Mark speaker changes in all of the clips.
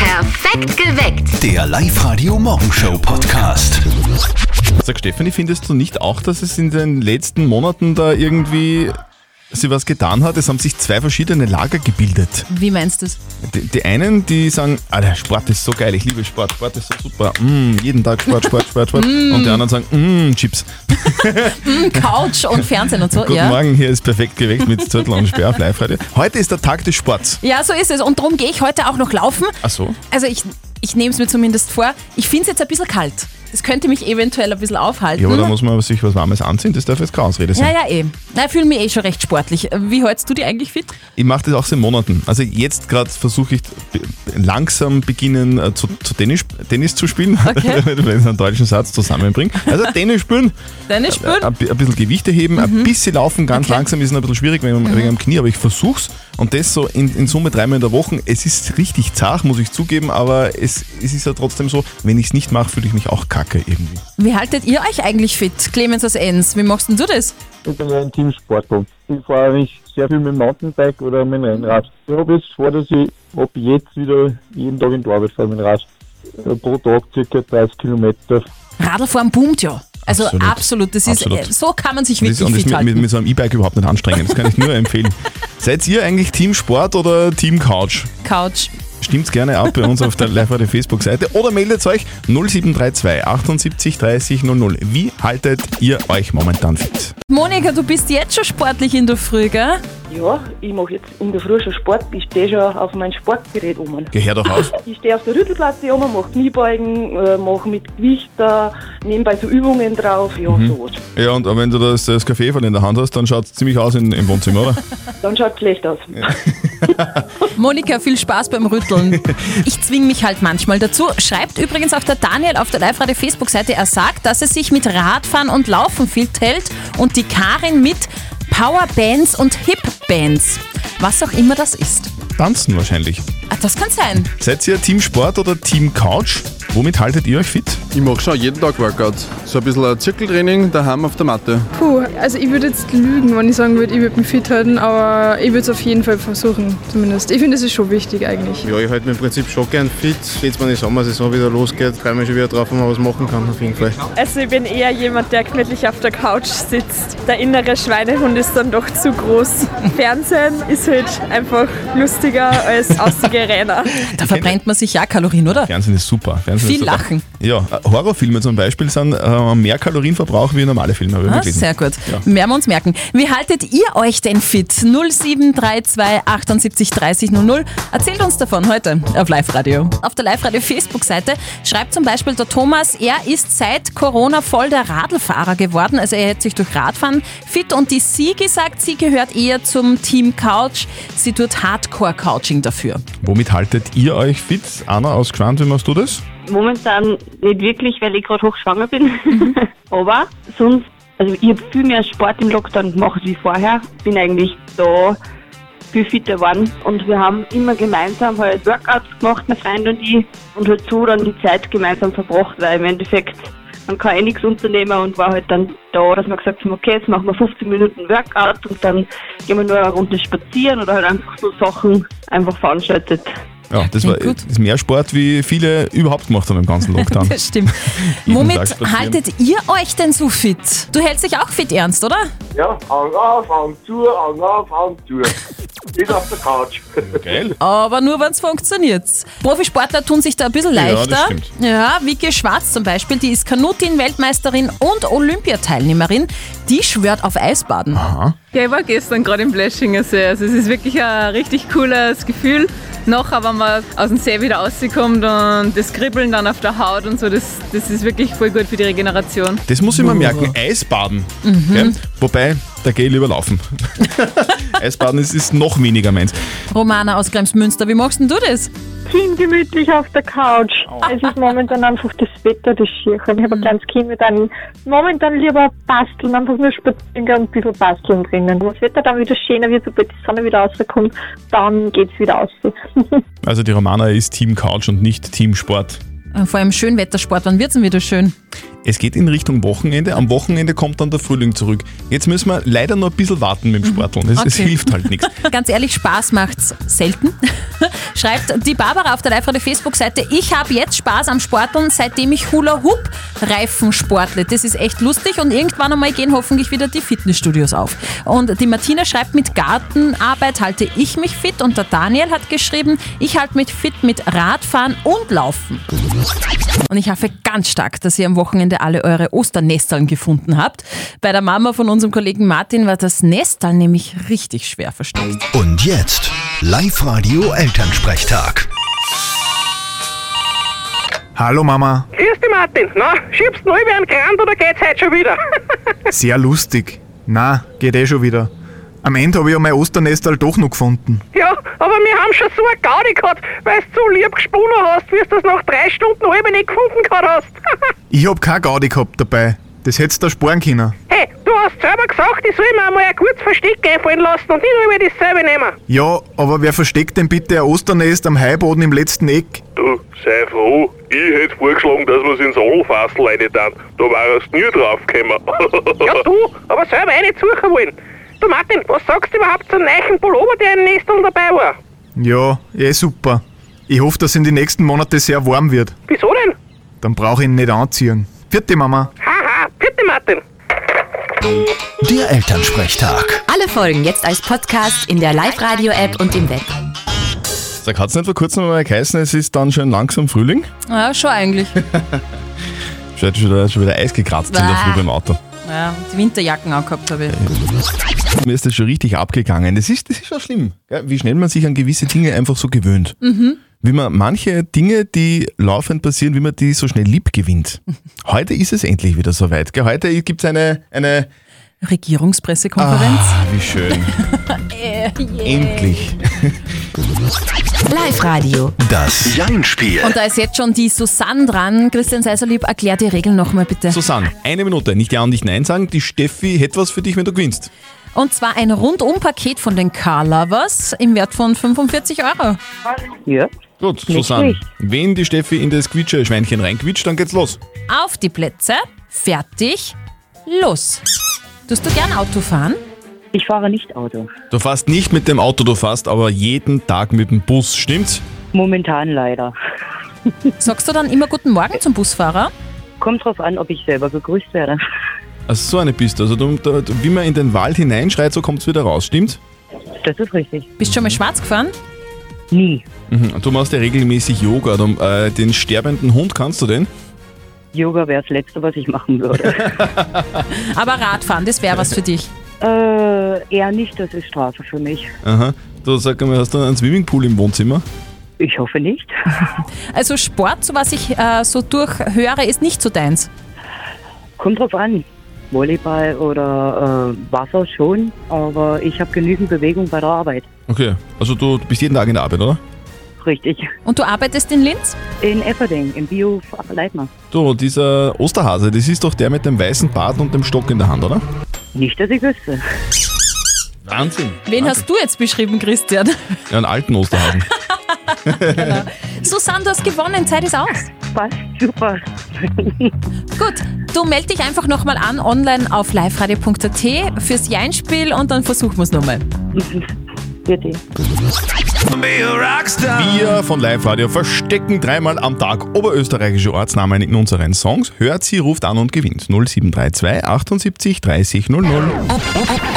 Speaker 1: Perfekt geweckt.
Speaker 2: Der Live-Radio Morgenshow Podcast.
Speaker 3: Sag Stefanie, findest du nicht auch, dass es in den letzten Monaten da irgendwie sie was getan hat? Es haben sich zwei verschiedene Lager gebildet.
Speaker 4: Wie meinst du es?
Speaker 3: Die, die einen, die sagen, ah, der Sport ist so geil, ich liebe Sport, Sport ist so super, mm, jeden Tag Sport, Sport, Sport, Sport. und die anderen sagen, mm, Chips.
Speaker 4: Couch und Fernsehen und so,
Speaker 3: Guten
Speaker 4: ja.
Speaker 3: Morgen, hier ist perfekt geweckt mit Zettel und Sperr auf Live-Radio. Heute ist der Tag des Sports.
Speaker 4: Ja, so ist es. Und darum gehe ich heute auch noch laufen.
Speaker 3: Ach so.
Speaker 4: Also ich, ich nehme es mir zumindest vor. Ich finde es jetzt ein bisschen kalt. Das könnte mich eventuell ein bisschen aufhalten.
Speaker 3: Ja, aber da muss man sich was Warmes anziehen, das darf jetzt keine Ausrede sein.
Speaker 4: ja, ja, eh. Na, ich fühle mich eh schon recht sportlich. Wie hältst du dich eigentlich fit?
Speaker 3: Ich mache das auch seit Monaten. Also jetzt gerade versuche ich b- langsam beginnen äh, zu, zu Tennis, Tennis zu spielen,
Speaker 4: Okay.
Speaker 3: wenn ich einen deutschen Satz zusammenbringe. Also Tennis spielen, Mhm.
Speaker 4: Deine Spüren?
Speaker 3: ein, bi- ein bisschen Gewichte heben, ein bisschen laufen, ganz langsam ist es ein bisschen schwierig wegen, wegen am Knie, aber ich versuch's und das so in, in Summe dreimal in der Woche. Es ist richtig zart, muss ich zugeben, aber es, es ist ja trotzdem so, wenn ich es nicht mache, fühle ich mich auch kacke irgendwie.
Speaker 4: Wie haltet ihr euch eigentlich fit, Clemens aus Enns? Wie machst denn du das?
Speaker 5: Ich bin ja ein Teamsportler. Ich fahre eigentlich sehr viel mit dem Mountainbike oder mit dem Rennrad. Ich habe jetzt vor, dass ich ab jetzt wieder jeden Tag in die Arbeit fahre mit dem Rad. Pro Tag ca. 30 Kilometer.
Speaker 4: Radlfahren boomt ja. Also absolut,
Speaker 3: Absolut.
Speaker 4: das ist,
Speaker 3: Absolut.
Speaker 4: äh, so kann man sich
Speaker 3: Und das,
Speaker 4: wirklich
Speaker 3: und das
Speaker 4: fit
Speaker 3: mit,
Speaker 4: halten.
Speaker 3: mit, mit so einem E-Bike überhaupt nicht anstrengend, das kann ich nur empfehlen. Seid ihr eigentlich Team Sport oder Team Couch?
Speaker 4: Couch.
Speaker 3: Stimmt's gerne ab bei uns auf der live der Facebook-Seite oder meldet euch 0732 78 30 00. Wie haltet ihr euch momentan fit?
Speaker 4: Monika, du bist jetzt schon sportlich in der Früh, gell?
Speaker 6: Ja, ich mache jetzt in der Früh schon Sport. Ich stehe schon auf mein Sportgerät um.
Speaker 3: Gehör doch auf.
Speaker 6: Ich stehe auf der Rüttelplatte um, mache Kniebeugen, äh, mache mit Gewicht da, nebenbei so Übungen drauf, ja, sowas.
Speaker 3: Ja, und wenn du das, das Kaffeeefall in der Hand hast, dann schaut's ziemlich aus in, im Wohnzimmer, oder?
Speaker 6: Dann schaut schlecht aus.
Speaker 4: Monika, viel Spaß beim Rütteln. Ich zwing mich halt manchmal dazu. Schreibt übrigens auch der Daniel auf der Live-Radio-Facebook-Seite, er sagt, dass er sich mit Radfahren und Laufen fit hält und die Karin mit Powerbands und Hip-Bands. Was auch immer das ist.
Speaker 3: Tanzen wahrscheinlich.
Speaker 4: Ah, das kann sein.
Speaker 3: Seid ihr Team Sport oder Team Couch? Womit haltet ihr euch fit?
Speaker 7: Ich mache schon jeden Tag Workouts. So ein bisschen ein Zirkeltraining daheim auf der Matte.
Speaker 8: Puh, also ich würde jetzt lügen, wenn ich sagen würde, ich würde mich fit halten, aber ich würde es auf jeden Fall versuchen, zumindest. Ich finde, es ist schon wichtig eigentlich.
Speaker 9: Ja, ich halte mich im Prinzip schon gern fit. Jetzt, wenn die Sommersaison wieder losgeht, freue ich mich schon wieder drauf, wenn man was machen kann, auf jeden Fall.
Speaker 8: Also ich bin eher jemand, der gemütlich auf der Couch sitzt. Der innere Schweinehund ist dann doch zu groß. Fernsehen ist halt einfach lustiger als aussige Räder.
Speaker 4: Da verbrennt man sich ja Kalorien, oder?
Speaker 3: Fernsehen ist super. Fernsehen
Speaker 4: Viel
Speaker 3: ist super.
Speaker 4: lachen.
Speaker 3: Ja, äh, Horrorfilme zum Beispiel sind äh, mehr Kalorienverbrauch wie normale Filme, habe ich
Speaker 4: Ah,
Speaker 3: mal gelesen.
Speaker 4: sehr gut. Werden wir uns merken. Wie haltet ihr euch denn fit? 0732 78 30 00. Erzählt uns davon heute auf Live-Radio. Auf der Live-Radio-Facebook-Seite schreibt zum Beispiel der Thomas, er ist seit Corona voll der Radlfahrer geworden. Also er hält sich durch Radfahren fit. Und die Sigi sagt, sie gehört eher zum Team Couch. Sie tut Hardcore-Couching dafür.
Speaker 3: Womit haltet ihr euch fit? Anna aus Quant, wie machst du das?
Speaker 10: Momentan nicht wirklich, weil ich gerade hochschwanger bin. Aber sonst, also ich habe viel mehr Sport im Lockdown gemacht wie vorher. Bin eigentlich da viel fitter geworden. Und wir haben immer gemeinsam halt Workouts gemacht, mein Freund und ich. Und halt so dann die Zeit gemeinsam verbracht, weil im Endeffekt man kann eh nichts unternehmen und war halt dann da, dass wir gesagt haben, okay, jetzt machen wir 15 Minuten Workout und dann gehen wir nur eine Runde spazieren oder halt einfach so Sachen einfach veranstaltet.
Speaker 3: Ja, das war äh,
Speaker 4: Klingt
Speaker 3: das
Speaker 4: gut.
Speaker 3: ist mehr Sport, wie viele überhaupt gemacht haben im ganzen Lockdown.
Speaker 4: Das stimmt.
Speaker 3: Jeden
Speaker 4: Womit
Speaker 3: Tag spazieren.
Speaker 4: haltet ihr euch denn so fit? Du hältst dich auch fit, Ernst, oder?
Speaker 5: Ja, Hang auf, Hang zu, Hang auf, Hang zu. Ist auf der Couch.
Speaker 3: Geil.
Speaker 4: Aber nur, wenn es funktioniert. Profisportler tun sich da ein bisschen
Speaker 3: Ja, das
Speaker 4: leichter.
Speaker 3: stimmt.
Speaker 4: Ja, Vicky Schwarz zum Beispiel, die ist Kanutin-Weltmeisterin und Olympiateilnehmerin. Die schwört auf Eisbaden.
Speaker 3: Ah.
Speaker 8: Ja, ich war gestern gerade im Blashinger See. Also es ist wirklich ein richtig cooles Gefühl. Nachher, wenn man aus dem See wieder rauskommt und das Kribbeln dann auf der Haut und so, das, das ist wirklich voll gut für die Regeneration.
Speaker 3: Das muss ich mir
Speaker 4: Mhm.
Speaker 3: merken, Eisbaden. Gell? Wobei, da gehe ich lieber laufen. Eisbaden ist, ist noch weniger meins.
Speaker 4: Romana aus Kremsmünster, wie machst denn du das?
Speaker 10: gemütlich auf der Couch.
Speaker 6: Oh.
Speaker 10: Es ist momentan einfach das Wetter, das schier. Ich
Speaker 6: Mhm.
Speaker 10: habe ein kleines Kind mit einem momentan lieber basteln, einfach nur spazieren gehen und ein bisschen basteln drinnen. Wenn das Wetter dann wieder schöner wird, sobald die Sonne wieder rauskommt, dann geht's wieder aus.
Speaker 3: Also die Romana ist Team Couch und nicht Team Sport.
Speaker 4: Äh, Vor allem Schönwettersport, wann wird's denn wieder schön?
Speaker 3: Es geht in Richtung Wochenende. Am Wochenende kommt dann der Frühling zurück. Jetzt müssen wir leider noch ein bisschen warten mit dem Sporteln. Es, es
Speaker 4: Mhm. Okay.
Speaker 3: hilft halt nichts.
Speaker 4: Ganz ehrlich, Spaß macht's selten. Schreibt die Barbara auf der live Facebook-Seite, ich habe jetzt Spaß am Sporteln, seitdem ich Hula-Hoop-Reifen sportle. Das ist echt lustig und irgendwann einmal gehen hoffentlich wieder die Fitnessstudios auf. Und die Martina schreibt, mit Gartenarbeit halte ich mich fit und der Daniel hat geschrieben, ich halte mich fit mit Radfahren und Laufen. Und ich hoffe ganz stark, dass ihr am Wochenende alle eure Osternestern gefunden habt. Bei der Mama von unserem Kollegen Martin war das Nestal nämlich richtig schwer versteckt.
Speaker 2: Und jetzt Live-Radio Elternsprechtag.
Speaker 9: Hallo Mama,
Speaker 1: Grüß dich, Martin. Na, schiebst du noch über einen Grand oder geht's heute schon wieder?
Speaker 9: sehr lustig. Na, geht eh schon wieder. Am Ende habe ich ja mein Osternestal doch noch gefunden.
Speaker 1: ja, aber wir haben schon so eine Gaudi gehabt, weil du so lieb gesponnen hast, wie du das nach drei Stunden halb nicht gefunden gehabt hast.
Speaker 9: Ich habe keine Gaudi gehabt dabei. Das hättest du dir sparen können.
Speaker 1: hey, du hast selber gesagt, ich soll mir einmal ein gutes Versteck einfallen lassen und nicht immer dasselbe nehmen.
Speaker 9: Ja, aber wer versteckt denn bitte ein Osternest am Heuboden im letzten Eck?
Speaker 11: Du, sei froh. Ich hätte vorgeschlagen, dass wir es ins Adelfassel rein tun. Da wärst du nie drauf gekommen.
Speaker 1: ja, du, aber selber eine suchen wollen. Du, Martin, was sagst du überhaupt zum neuen Pullover, der in Nesteln dabei war?
Speaker 9: Ja, eh super. Ich hoffe, dass in den nächsten Monaten sehr warm wird.
Speaker 1: Wieso denn?
Speaker 9: Dann brauche ich ihn nicht anziehen. Vierte Mama.
Speaker 1: Haha, bitte, Martin.
Speaker 2: Der Elternsprechtag.
Speaker 12: Alle Folgen jetzt als Podcast in der Live-Radio-App und im Web.
Speaker 3: Da hat es nicht vor kurzem mal geheißen, es ist dann schon langsam Frühling.
Speaker 4: Ja, schon eigentlich.
Speaker 3: Schon schon wieder, schon wieder Eis gekratzt in der
Speaker 4: Bah.
Speaker 3: Früh beim Auto.
Speaker 4: Ja, und die Winterjacken angehabt habe ich.
Speaker 3: Mir ist das schon richtig abgegangen. Das ist, das ist schon schlimm, gell? wie schnell man sich an gewisse Dinge einfach so gewöhnt.
Speaker 4: Mhm.
Speaker 3: Wie man manche Dinge, die laufend passieren, wie man die so schnell lieb gewinnt. Heute ist es endlich wieder soweit. Gell? Heute gibt es eine, eine
Speaker 4: Regierungspressekonferenz.
Speaker 3: Ah, wie schön. Endlich.
Speaker 12: Live-Radio.
Speaker 2: Das Jein-Spiel.
Speaker 4: Und da ist jetzt schon die Susanne dran. Christian Seiserlieb, erklär die Regeln nochmal bitte.
Speaker 3: Susanne, eine Minute. Nicht Ja und nicht Nein sagen. Die Steffi hätte was für dich, wenn du gewinnst.
Speaker 4: Und zwar ein Rundum-Paket von den Car Lovers im Wert von 45 Euro.
Speaker 3: Ja. Gut,
Speaker 4: Nicht
Speaker 3: Susanne.
Speaker 4: schlecht.
Speaker 3: Wenn die Steffi in das Quietscher-Schweinchen reinquietscht, dann geht's los.
Speaker 4: Auf die Plätze, fertig, los. Tust du gern Auto fahren? Ich fahre nicht Auto.
Speaker 3: Du fährst nicht mit dem Auto, du fährst aber jeden Tag mit dem Bus, stimmt's?
Speaker 13: Momentan leider.
Speaker 4: Sagst du dann immer Guten Morgen zum Busfahrer?
Speaker 13: Kommt drauf an, ob ich selber begrüßt werde.
Speaker 3: Also so eine Piste. Also du, da, wie man in den Wald hineinschreit, so kommt's wieder raus, stimmt's?
Speaker 4: Das ist richtig. Bist du schon mal schwarz gefahren?
Speaker 3: Nie. Mhm. Und du machst ja regelmäßig Yoga. Du, äh, den sterbenden Hund kannst du den?
Speaker 13: Yoga wäre das Letzte, was ich machen würde.
Speaker 4: Aber Radfahren, das wäre was für dich.
Speaker 13: äh, eher nicht, das ist Strafe für mich.
Speaker 3: Aha. Du sag mal, hast du einen Swimmingpool im Wohnzimmer?
Speaker 13: Ich hoffe nicht.
Speaker 4: Also Sport, so was ich äh, so durchhöre, ist nicht so deins.
Speaker 13: Kommt drauf an. Volleyball oder äh, Wasser schon, aber ich habe genügend Bewegung bei der Arbeit.
Speaker 3: Okay. Also du bist jeden Tag in der Arbeit, oder?
Speaker 13: Richtig.
Speaker 4: Und du arbeitest in Linz?
Speaker 13: In Efferding, im Bio Leitner.
Speaker 3: Du, dieser Osterhase, das ist doch der mit dem weißen Bart und dem Stock in der Hand, oder?
Speaker 13: Nicht, dass ich wüsste.
Speaker 3: Wahnsinn.
Speaker 4: Wen hast du jetzt beschrieben, Christian?
Speaker 3: Ja, einen alten Osterhasen.
Speaker 4: Susanne, du hast gewonnen, Zeit ist aus.
Speaker 13: Passt, super.
Speaker 4: Gut, du melde dich einfach nochmal an online auf liveradio.at fürs Jeinspiel und dann versuchen wir es nochmal.
Speaker 6: eh.
Speaker 3: Wir von Live Radio verstecken dreimal am Tag oberösterreichische Ortsnamen in unseren Songs. Hört sie, ruft an und gewinnt. 0732 78 30 00.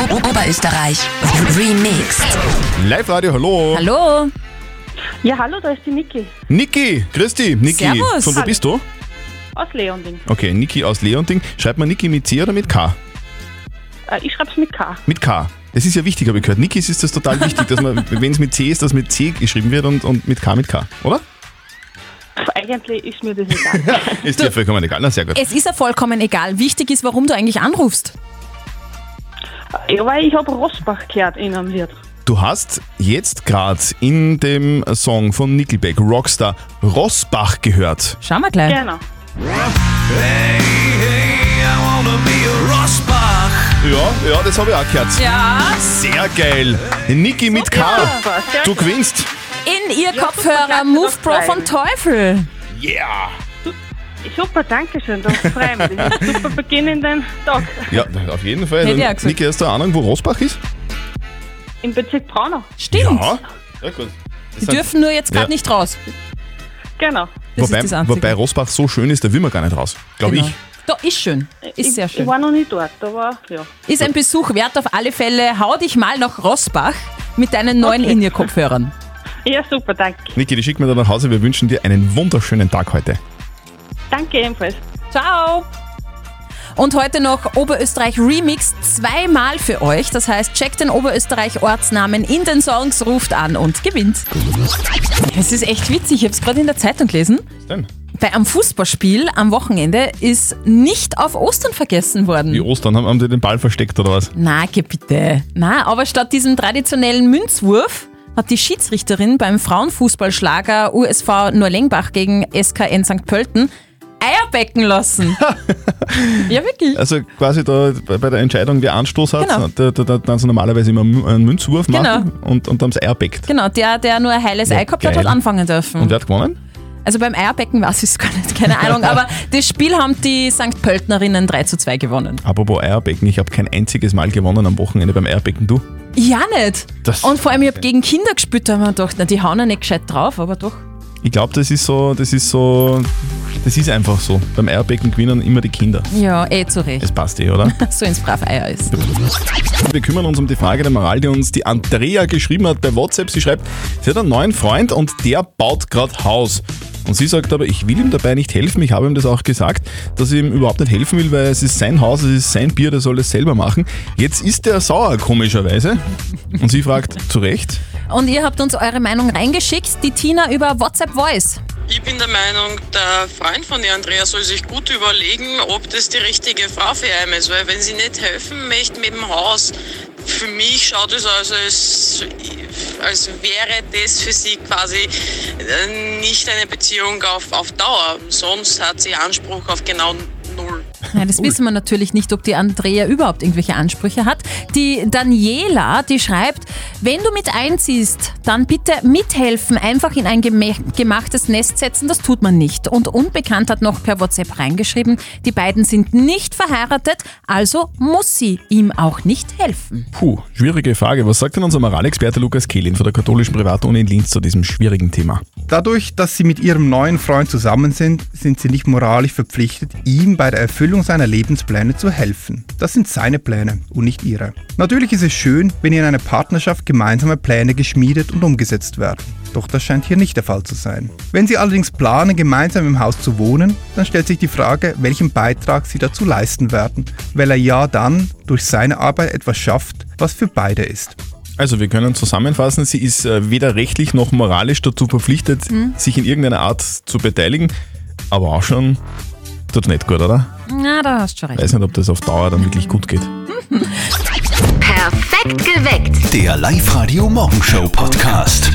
Speaker 12: Oberösterreich. Remixed.
Speaker 3: Live Radio, hallo.
Speaker 4: Hallo.
Speaker 6: Ja, hallo, da ist die Niki
Speaker 3: Niki, Christi, Niki.
Speaker 6: Servus.
Speaker 3: Von wo
Speaker 6: Hallo.
Speaker 3: bist du?
Speaker 6: aus Leonding.
Speaker 3: Okay, Niki aus Leonding. Schreibt man Niki mit C oder mit K?
Speaker 6: Äh, ich schreib's mit K.
Speaker 3: Mit K. Das ist ja wichtig, habe ich gehört. Nikis ist das total wichtig, dass man, wenn es mit C ist, dass mit C geschrieben wird und, und mit K mit K, oder?
Speaker 6: Pff, Eigentlich ist mir das egal.
Speaker 3: Ist dir vollkommen egal. Na, sehr gut.
Speaker 4: Es ist ja vollkommen egal. Wichtig ist, warum du eigentlich anrufst.
Speaker 6: ja, weil ich habe Rosbach gehört in einem Wirt.
Speaker 3: Du hast jetzt gerade in dem Song von Nickelback Rockstar Rossbach gehört.
Speaker 4: Schauen wir gleich.
Speaker 6: Genau.
Speaker 3: Ja, ja, das habe ich auch gehört.
Speaker 4: Ja.
Speaker 3: Sehr geil. Niki mit K.
Speaker 4: Super, sehr
Speaker 3: Du
Speaker 4: gut.
Speaker 3: gewinnst.
Speaker 4: In ihr Kopfhörer Move Pro von Teufel.
Speaker 3: Yeah.
Speaker 14: Super, danke schön. Da freue ich mich. Das ist ein Super Beginn in den Tag.
Speaker 3: Ja, auf jeden Fall.
Speaker 14: Hätte ich auch
Speaker 3: Dann,
Speaker 14: gesagt.
Speaker 3: Niki, hast du eine Ahnung, wo Rosbach ist?
Speaker 14: Im Bezirk Braunau.
Speaker 3: Ja. Ja, gut.
Speaker 4: Die dürfen nur jetzt gerade
Speaker 3: Ja.
Speaker 4: nicht raus.
Speaker 14: Genau.
Speaker 3: wobei, wobei Rosbach so schön ist, da will man gar nicht raus. Glaube
Speaker 4: Genau.
Speaker 3: ich.
Speaker 4: Da ist schön. Ist sehr schön.
Speaker 14: Ich war noch nicht dort, aber ja.
Speaker 4: Ist ein Besuch wert auf alle Fälle. Hau dich mal nach Rossbach mit deinen neuen In-Ear-Kopfhörern.
Speaker 14: Ja, super, danke.
Speaker 3: Niki, die schicken wir dann nach Hause. Wir wünschen dir einen wunderschönen Tag heute.
Speaker 14: Danke ebenfalls.
Speaker 4: Ciao! Und heute noch Oberösterreich Remix zweimal für euch. Das heißt, checkt den Oberösterreich-Ortsnamen in den Songs, ruft an und gewinnt. Es ist echt witzig, ich habe es gerade in der Zeitung gelesen. Was
Speaker 3: denn?
Speaker 4: Bei einem Fußballspiel am Wochenende ist nicht auf Ostern vergessen worden.
Speaker 3: Wie Ostern, haben, haben die den Ball versteckt oder was?
Speaker 4: Na, geh bitte. Na, aber statt diesem traditionellen Münzwurf hat die Schiedsrichterin beim Frauenfußballschlager USV Nurlengbach gegen SKN St. Pölten Eier becken lassen. ja, wirklich.
Speaker 3: Also quasi da bei bei der Entscheidung, wer Anstoß hat,
Speaker 4: Genau.
Speaker 3: da, da, da dann sie normalerweise immer einen Münzwurf
Speaker 4: Genau.
Speaker 3: machen und, und dann das Eier beckt.
Speaker 4: Genau, der, der nur ein heiles Ei gehabt hat,
Speaker 3: geil.
Speaker 4: hat anfangen dürfen.
Speaker 3: Und wer hat gewonnen?
Speaker 4: Also beim Eierbecken weiß ich es gar nicht, keine Ahnung. aber das Spiel haben die St. Pöltenerinnen 3 zu 2 gewonnen.
Speaker 3: Apropos Eierbecken, ich habe kein einziges Mal gewonnen am Wochenende beim Eierbecken. Du?
Speaker 4: Ja, nicht.
Speaker 3: Das-
Speaker 4: Und vor allem, ich habe gegen Kinder gespielt, da haben wir gedacht, na, die hauen ja nicht gescheit drauf, aber doch.
Speaker 3: Ich glaube, das ist so, das ist so, das ist einfach so. Beim Eierbecken gewinnen immer die Kinder.
Speaker 4: Ja, eh zu Recht.
Speaker 3: Das passt eh, oder?
Speaker 4: So ins Brav-Eier ist.
Speaker 3: Wir kümmern uns um die Frage der Moral, die uns die Andrea geschrieben hat bei WhatsApp. Sie schreibt, sie hat einen neuen Freund und der baut gerade Haus. Und sie sagt aber, ich will ihm dabei nicht helfen. Ich habe ihm das auch gesagt, dass ich ihm überhaupt nicht helfen will, weil es ist sein Haus, es ist sein Bier, der soll es selber machen. Jetzt ist der sauer, komischerweise. Und sie fragt, zu Recht,
Speaker 4: Und ihr habt uns eure Meinung reingeschickt, die Tina über WhatsApp Voice.
Speaker 15: Ich bin der Meinung, der Freund von der Andrea soll sich gut überlegen, ob das die richtige Frau für ihn ist. Weil wenn sie nicht helfen möchte mit dem Haus, für mich schaut es aus, als, als wäre das für sie quasi äh, nicht eine Beziehung auf, auf Dauer. Sonst hat sie Anspruch auf genau null.
Speaker 4: Ja, das wissen wir natürlich nicht, ob die Andrea überhaupt irgendwelche Ansprüche hat. Die Daniela, die schreibt, wenn du mit einziehst, dann bitte mithelfen, einfach in ein gemä- gemachtes Nest setzen, das tut man nicht. Und Unbekannt hat noch per WhatsApp reingeschrieben, die beiden sind nicht verheiratet, also muss sie ihm auch nicht helfen.
Speaker 3: puh, schwierige Frage. Was sagt denn unser Moralexperte Lukas Kehlin von der katholischen Privatuni in Linz zu diesem schwierigen Thema?
Speaker 16: Dadurch, dass sie mit ihrem neuen Freund zusammen sind, sind sie nicht moralisch verpflichtet, ihm bei der Erfüllung seiner Lebenspläne zu helfen. Das sind seine Pläne und nicht ihre. Natürlich ist es schön, wenn in einer Partnerschaft gemeinsame Pläne geschmiedet und umgesetzt werden. Doch das scheint hier nicht der Fall zu sein. Wenn sie allerdings planen, gemeinsam im Haus zu wohnen, dann stellt sich die Frage, welchen Beitrag sie dazu leisten werden, weil er ja dann durch seine Arbeit etwas schafft, was für beide ist.
Speaker 3: Also wir können zusammenfassen, sie ist äh, weder rechtlich noch moralisch dazu verpflichtet,
Speaker 4: Mhm.
Speaker 3: sich in irgendeiner Art zu beteiligen, aber auch schon tut nicht gut, oder?
Speaker 4: Na, da hast du schon recht.
Speaker 3: Weiß nicht, ob das auf Dauer dann wirklich gut geht.
Speaker 12: Perfekt geweckt.
Speaker 2: Der Live-Radio Morgenshow Podcast.